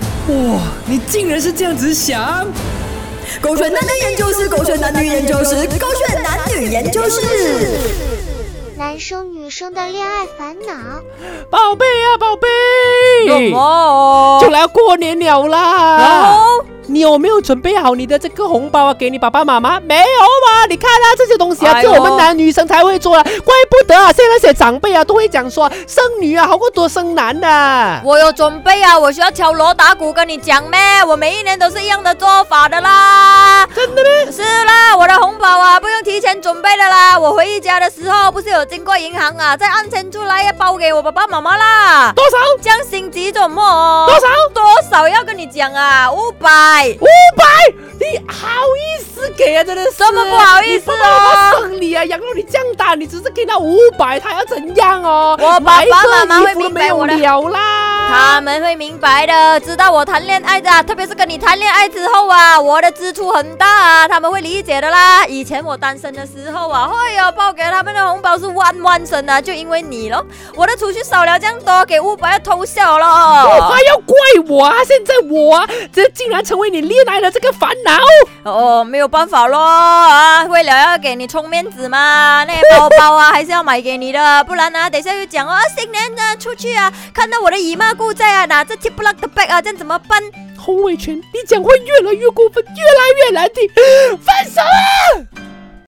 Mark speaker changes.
Speaker 1: 哇，你竟然是这样子想！
Speaker 2: 狗选男女研究室，狗选男女研究室，狗选男女研究室。
Speaker 3: 男生女生的恋爱烦恼，
Speaker 4: 宝贝啊，宝贝，
Speaker 5: 什么？哦
Speaker 4: 就来啊要过年了啦。
Speaker 5: 然后
Speaker 4: 你有没有准备好你的这个红包啊？给你爸爸妈妈？没有嘛？你看啊，这些东西啊，
Speaker 5: 哎
Speaker 4: 只
Speaker 5: 呦
Speaker 4: 有我们男女生才会做啊，怪不得啊，现在那些长辈啊都会讲说啊生女啊好过多生男的、啊。
Speaker 5: 我有准备啊，我需要敲锣打鼓跟你讲咩？我每一年都是一样的做法的啦。真的咩？是啦，我的红包啊，不用提前准备的啦。我回家的时候不是有经过银行啊，再按钱出来包给我爸爸妈妈啦。
Speaker 4: 多少？
Speaker 5: 这样心急怎么？
Speaker 4: 多少？
Speaker 5: 多少要跟你讲啊？五百。
Speaker 4: 五百？你好意思给啊？真的是
Speaker 5: 这么不好意思哦
Speaker 4: 你爸爸妈妈生你啊，养到你这样大，你只是给他五百，他要怎样哦？
Speaker 5: 我爸爸妈妈
Speaker 4: 买一个衣
Speaker 5: 会
Speaker 4: 服都
Speaker 5: 明
Speaker 4: 没
Speaker 5: 白
Speaker 4: 有
Speaker 5: 我的
Speaker 4: 了啦。
Speaker 5: 他们会明白的，知道我谈恋爱的，特别是跟你谈恋爱之后啊，我的支出很大啊，他们会理解的啦。以前我单身的时候啊，哎呦，包给他们的红包是万万声啊，就因为你咯，我的储蓄少了这样多，给五百要偷笑
Speaker 4: 我
Speaker 5: 了
Speaker 4: 还。要怪我啊！现在我啊，这竟然成为你恋爱的这个烦恼。
Speaker 5: 哦，没有办法咯啊，为了要给你充面子嘛，那些包包啊还是要买给你的，不然呢、等一下又讲哦，啊新年呢、出去啊，看到我的姨妈姑在啊，拿着 t i p l o c k 的 bag 啊，这样怎么办？
Speaker 4: 洪伟全，你讲话越来越过分，越来越难听，分手啊！